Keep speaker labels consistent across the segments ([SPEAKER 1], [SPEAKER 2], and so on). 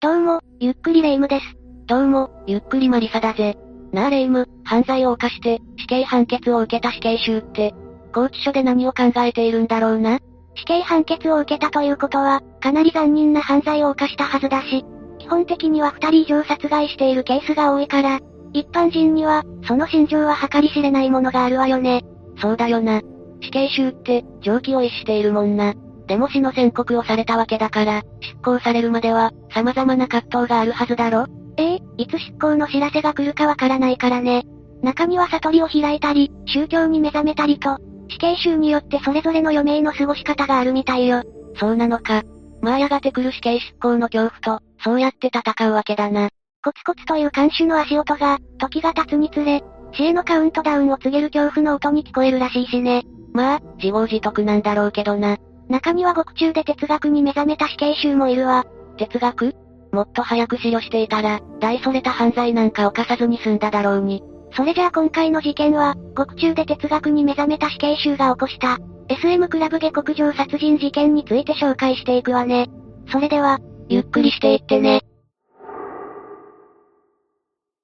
[SPEAKER 1] どうも、ゆっくりレ夢ムです。
[SPEAKER 2] どうも、ゆっくりマリサだぜ。なあレ夢ム、犯罪を犯して、死刑判決を受けた死刑囚って、拘置所で何を考えているんだろうな
[SPEAKER 1] 死刑判決を受けたということは、かなり残忍な犯罪を犯したはずだし、基本的には二人以上殺害しているケースが多いから、一般人には、その心情は計り知れないものがあるわよね。
[SPEAKER 2] そうだよな。死刑囚って、常軌を逸しているもんな。でも死の宣告をされたわけだから、執行されるまでは、様々な葛藤があるはずだろ
[SPEAKER 1] ええ、いつ執行の知らせが来るかわからないからね。中には悟りを開いたり、宗教に目覚めたりと、死刑囚によってそれぞれの余命の過ごし方があるみたいよ。
[SPEAKER 2] そうなのか。まあやがて来る死刑執行の恐怖と、そうやって戦うわけだな。
[SPEAKER 1] コツコツという看守の足音が、時が経つにつれ、死へのカウントダウンを告げる恐怖の音に聞こえるらしいしね。
[SPEAKER 2] まあ、自業自得なんだろうけどな。
[SPEAKER 1] 中には獄中で哲学に目覚めた死刑囚もいるわ。
[SPEAKER 2] 哲学もっと早く死去していたら、大それた犯罪なんか犯さずに済んだだろうに。
[SPEAKER 1] それじゃあ今回の事件は、獄中で哲学に目覚めた死刑囚が起こした、SM クラブ下克上殺人事件について紹介していくわね。それでは、
[SPEAKER 2] ゆっくりしていってね。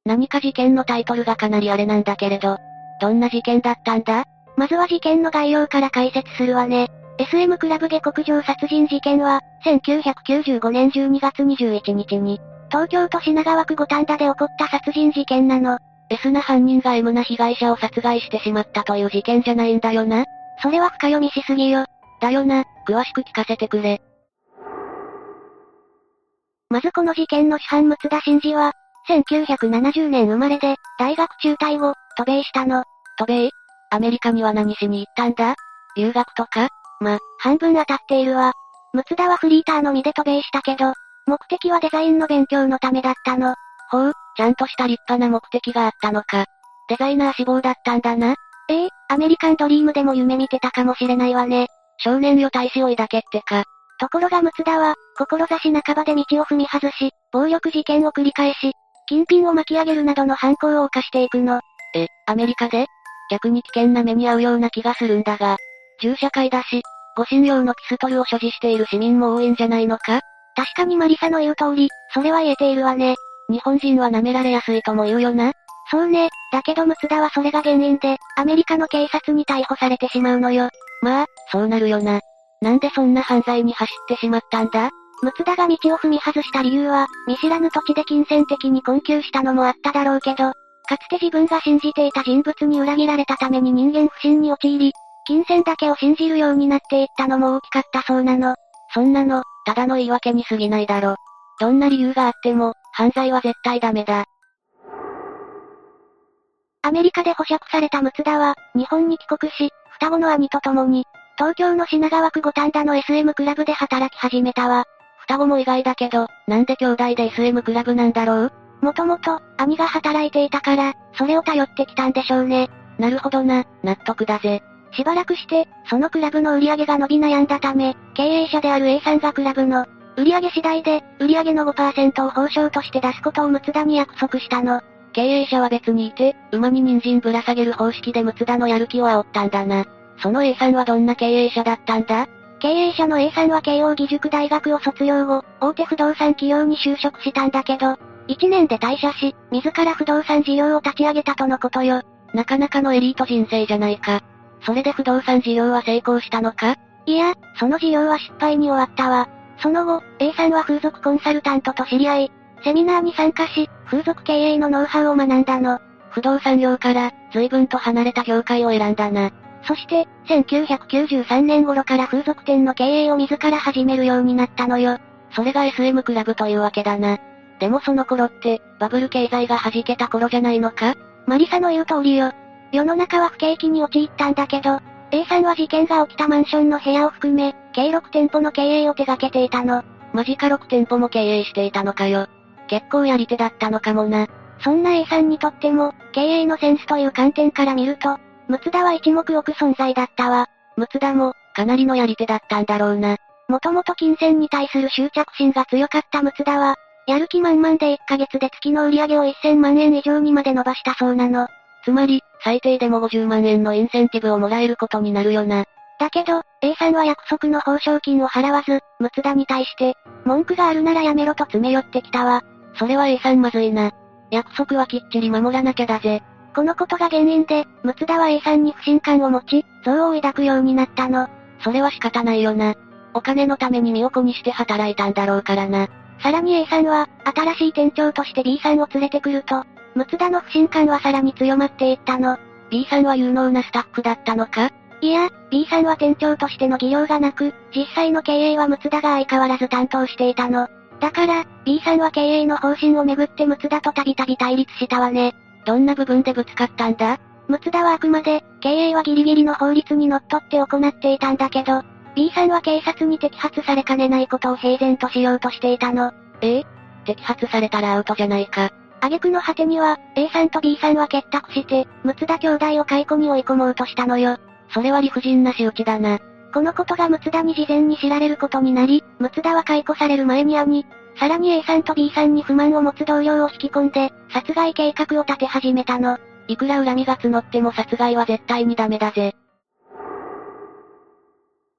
[SPEAKER 2] 何か事件のタイトルがかなりあれなんだけれど、どんな事件だったんだ
[SPEAKER 1] まずは事件の概要から解説するわね。SM クラブ下克上殺人事件は、1995年12月21日に、東京都品川区五反田で起こった殺人事件なの。
[SPEAKER 2] S な犯人が M な被害者を殺害してしまったという事件じゃないんだよな
[SPEAKER 1] それは深読みしすぎよ。
[SPEAKER 2] だよな、詳しく聞かせてくれ。
[SPEAKER 1] まずこの事件の主犯睦田真二は、1970年生まれで、大学中退後、渡米したの。
[SPEAKER 2] 渡米アメリカには何しに行ったんだ留学とか
[SPEAKER 1] 半分当たっているわ。睦田はフリーターのみで渡米したけど、目的はデザインの勉強のためだったの。
[SPEAKER 2] ほう、ちゃんとした立派な目的があったのか。デザイナー志望だったんだな。
[SPEAKER 1] ええアメリカンドリームでも夢見てたかもしれないわね。
[SPEAKER 2] 少年よ大使追いだけってか。
[SPEAKER 1] ところが睦田は、志半ばで道を踏み外し、暴力事件を繰り返し、金品を巻き上げるなどの犯行を犯していくの。
[SPEAKER 2] え、アメリカで逆に危険な目に遭うような気がするんだが、銃社会だし、護身用のピストルを所持している市民も多いんじゃないのか
[SPEAKER 1] 確かにマリサの言う通り、それは言えているわね。
[SPEAKER 2] 日本人は舐められやすいとも言うよな。
[SPEAKER 1] そうね、だけど睦田はそれが原因で、アメリカの警察に逮捕されてしまうのよ。
[SPEAKER 2] まあ、そうなるよな。なんでそんな犯罪に走ってしまったんだ
[SPEAKER 1] 睦田が道を踏み外した理由は、見知らぬ土地で金銭的に困窮したのもあっただろうけど、かつて自分が信じていた人物に裏切られたために人間不信に陥り、金銭だけを信じるようになっていったのも大きかったそうなの。
[SPEAKER 2] そんなの、ただの言い訳に過ぎないだろ。どんな理由があっても、犯罪は絶対ダメだ。
[SPEAKER 1] アメリカで保釈された睦田は、日本に帰国し、双子の兄と共に、東京の品川区五反田の SM クラブで働き始めたわ。
[SPEAKER 2] 双子も意外だけど、なんで兄弟で SM クラブなんだろう
[SPEAKER 1] もともと、兄が働いていたから、それを頼ってきたんでしょうね。
[SPEAKER 2] なるほどな、納得だぜ。
[SPEAKER 1] しばらくして、そのクラブの売り上げが伸び悩んだため、経営者である A さんがクラブの、売り上げ次第で、売り上げの5%を報酬として出すことを睦田に約束したの。
[SPEAKER 2] 経営者は別にいて、馬に人参ぶら下げる方式で睦田のやる気を煽ったんだな。その A さんはどんな経営者だったんだ
[SPEAKER 1] 経営者の A さんは慶応義塾大学を卒業後、大手不動産企業に就職したんだけど、1年で退社し、自ら不動産事業を立ち上げたとのことよ。
[SPEAKER 2] なかなかのエリート人生じゃないか。それで不動産事業は成功したのか
[SPEAKER 1] いや、その事業は失敗に終わったわ。その後、A さんは風俗コンサルタントと知り合い、セミナーに参加し、風俗経営のノウハウを学んだの。
[SPEAKER 2] 不動産業から、随分と離れた業界を選んだな。
[SPEAKER 1] そして、1993年頃から風俗店の経営を自ら始めるようになったのよ。
[SPEAKER 2] それが SM クラブというわけだな。でもその頃って、バブル経済が弾けた頃じゃないのか
[SPEAKER 1] マリサの言う通りよ。世の中は不景気に陥ったんだけど、A さんは事件が起きたマンションの部屋を含め、計6店舗の経営を手掛けていたの。
[SPEAKER 2] マジか6店舗も経営していたのかよ。結構やり手だったのかもな。
[SPEAKER 1] そんな A さんにとっても、経営のセンスという観点から見ると、睦田は一目置く存在だったわ。
[SPEAKER 2] 睦田も、かなりのやり手だったんだろうな。
[SPEAKER 1] もともと金銭に対する執着心が強かった睦田は、やる気満々で1ヶ月で月の売り上げを1000万円以上にまで伸ばしたそうなの。
[SPEAKER 2] つまり、最低でも50万円のインセンティブをもらえることになるよな。
[SPEAKER 1] だけど、A さんは約束の報奨金を払わず、ムツダに対して、文句があるならやめろと詰め寄ってきたわ。
[SPEAKER 2] それは A さんまずいな。約束はきっちり守らなきゃだぜ。
[SPEAKER 1] このことが原因で、ムツダは A さんに不信感を持ち、憎悪を抱くようになったの。
[SPEAKER 2] それは仕方ないよな。お金のために身を粉にして働いたんだろうからな。
[SPEAKER 1] さらに A さんは、新しい店長として B さんを連れてくると、ムツダの不信感はさらに強まっていったの。
[SPEAKER 2] B さんは有能なスタッフだったのか
[SPEAKER 1] いや、B さんは店長としての技量がなく、実際の経営はムツダが相変わらず担当していたの。だから、B さんは経営の方針をめぐってムツダとたびたび対立したわね。
[SPEAKER 2] どんな部分でぶつかったんだ
[SPEAKER 1] ムツダはあくまで、経営はギリギリの法律にのっとって行っていたんだけど、B さんは警察に摘発されかねないことを平然としようとしていたの。
[SPEAKER 2] ええ摘発されたらアウトじゃないか。
[SPEAKER 1] 挙句の果てには、A さんと B さんは結託して、ムツダ兄弟を解雇に追い込もうとしたのよ。
[SPEAKER 2] それは理不尽な仕打ちだな。
[SPEAKER 1] このことがムツダに事前に知られることになり、ムツダは解雇される前に兄、さらに A さんと B さんに不満を持つ同僚を引き込んで、殺害計画を立て始めたの。
[SPEAKER 2] いくら恨みが募っても殺害は絶対にダメだぜ。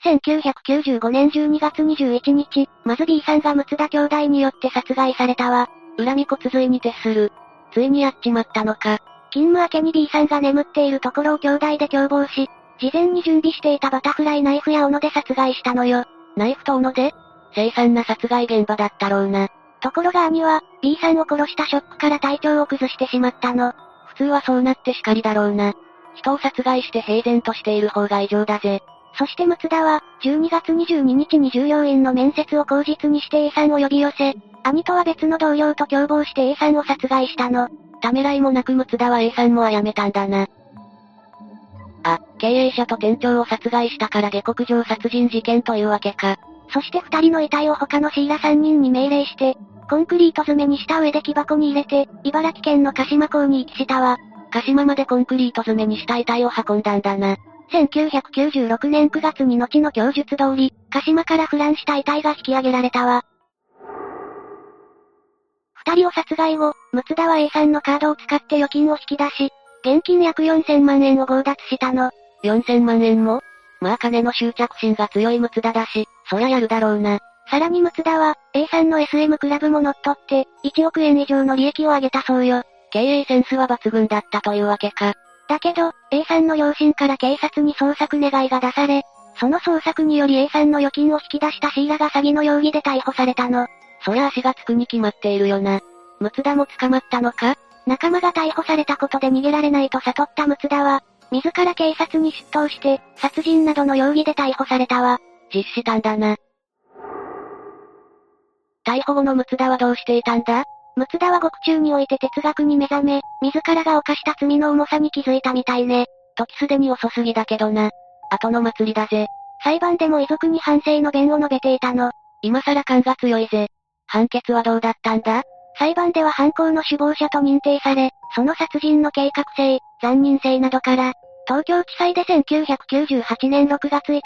[SPEAKER 1] 1995年12月21日、まず B さんがムツダ兄弟によって殺害されたわ。
[SPEAKER 2] 恨み骨髄に徹する。ついにやっちまったのか。
[SPEAKER 1] 勤務明けに B さんが眠っているところを兄弟で共謀し、事前に準備していたバタフライナイフや斧で殺害したのよ。
[SPEAKER 2] ナイフと斧で凄惨な殺害現場だったろうな。
[SPEAKER 1] ところが兄は、B さんを殺したショックから体調を崩してしまったの。
[SPEAKER 2] 普通はそうなって叱りだろうな。人を殺害して平然としている方が異常だぜ。
[SPEAKER 1] そしてムツダは、12月22日に従業員の面接を口実にして A さんを呼び寄せ、兄とは別の同僚と共謀して A さんを殺害したの。
[SPEAKER 2] ためらいもなくムツダは A さんも殺めたんだな。あ、経営者と店長を殺害したから下克上殺人事件というわけか。
[SPEAKER 1] そして二人の遺体を他のシーラ3人に命令して、コンクリート詰めにした上で木箱に入れて、茨城県の鹿島港に遺棄したわ。
[SPEAKER 2] 鹿島までコンクリート詰めにした遺体を運んだんだな。
[SPEAKER 1] 1996年9月に後の供述通り、鹿島から腐乱した遺体が引き上げられたわ。二人を殺害後、ムツダは A さんのカードを使って預金を引き出し、現金約4000万円を強奪したの。
[SPEAKER 2] 4000万円もまあ金の執着心が強いムツダだし、そりゃやるだろうな。
[SPEAKER 1] さらにムツダは、A さんの SM クラブも乗っ取って、1億円以上の利益を上げたそうよ。
[SPEAKER 2] 経営センスは抜群だったというわけか。
[SPEAKER 1] だけど、A さんの両親から警察に捜索願いが出され、その捜索により A さんの預金を引き出したシーラが詐欺の容疑で逮捕されたの。
[SPEAKER 2] そりゃ足がつくに決まっているよな。ムツダも捕まったのか
[SPEAKER 1] 仲間が逮捕されたことで逃げられないと悟ったムツダは、自ら警察に出頭して、殺人などの容疑で逮捕されたわ。
[SPEAKER 2] 実施したんだな。逮捕後のムツダはどうしていたんだ
[SPEAKER 1] ムツダは獄中において哲学に目覚め、自らが犯した罪の重さに気づいたみたいね。
[SPEAKER 2] 時すでに遅すぎだけどな。後の祭りだぜ。
[SPEAKER 1] 裁判でも遺族に反省の弁を述べていたの。
[SPEAKER 2] 今更感が強いぜ。判決はどうだったんだ
[SPEAKER 1] 裁判では犯行の首謀者と認定され、その殺人の計画性、残忍性などから、東京地裁で1998年6月5日、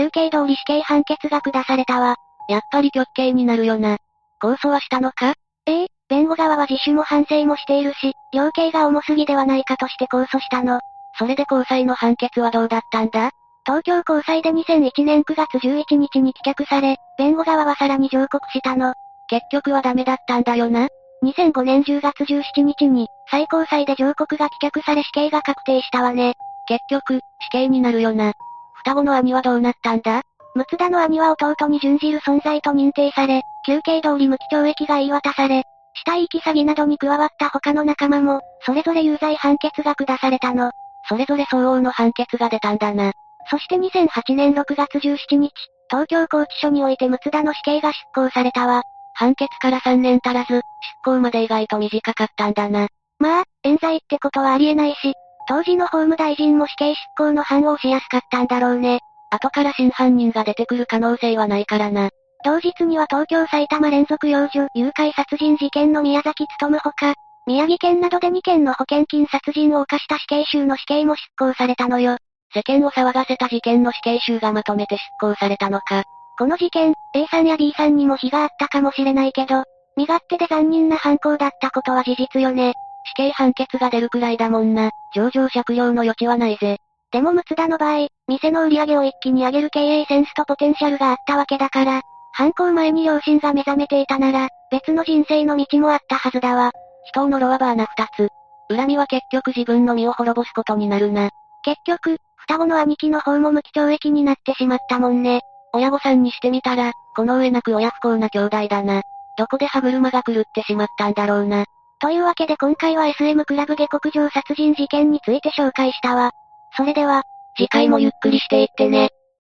[SPEAKER 1] 休刑通り死刑判決が下されたわ。
[SPEAKER 2] やっぱり極刑になるよな。控訴はしたのか
[SPEAKER 1] ええ弁護側は自首も反省もしているし、量刑が重すぎではないかとして控訴したの。
[SPEAKER 2] それで交際の判決はどうだったんだ
[SPEAKER 1] 東京高裁で2001年9月11日に棄却され、弁護側はさらに上告したの。
[SPEAKER 2] 結局はダメだったんだよな。
[SPEAKER 1] 2005年10月17日に、最高裁で上告が棄却され死刑が確定したわね。
[SPEAKER 2] 結局、死刑になるよな。双子の兄はどうなったんだ
[SPEAKER 1] ムツダの兄は弟に準じる存在と認定され、休憩通り無期懲役が言い渡され、死体遺棄詐欺などに加わった他の仲間も、それぞれ有罪判決が下されたの。
[SPEAKER 2] それぞれ相応の判決が出たんだな。
[SPEAKER 1] そして2008年6月17日、東京拘置所においてムツダの死刑が執行されたわ。
[SPEAKER 2] 判決から3年足らず、執行まで意外と短かったんだな。
[SPEAKER 1] まあ、冤罪ってことはありえないし、当時の法務大臣も死刑執行の判をしやすかったんだろうね。
[SPEAKER 2] 後から真犯人が出てくる可能性はないからな。
[SPEAKER 1] 同日には東京埼玉連続幼女誘拐殺人事件の宮崎勤ほか、宮城県などで2件の保険金殺人を犯した死刑囚の死刑も執行されたのよ。
[SPEAKER 2] 世間を騒がせた事件の死刑囚がまとめて執行されたのか。
[SPEAKER 1] この事件、A さんや B さんにも非があったかもしれないけど、身勝手で残忍な犯行だったことは事実よね。
[SPEAKER 2] 死刑判決が出るくらいだもんな。上場借用の余地はないぜ。
[SPEAKER 1] でもムツダの場合、店の売り上げを一気に上げる経営センスとポテンシャルがあったわけだから、犯行前に良心が目覚めていたなら、別の人生の道もあったはずだわ。
[SPEAKER 2] 人を呪わば穴二つ。恨みは結局自分の身を滅ぼすことになるな。
[SPEAKER 1] 結局、双子の兄貴の方も無期懲役になってしまったもんね。
[SPEAKER 2] 親御さんにしてみたら、この上なく親不幸な兄弟だな。どこで歯車が狂ってしまったんだろうな。
[SPEAKER 1] というわけで今回は SM クラブ下克上殺人事件について紹介したわ。それでは、
[SPEAKER 2] 次回もゆっくりしていってね。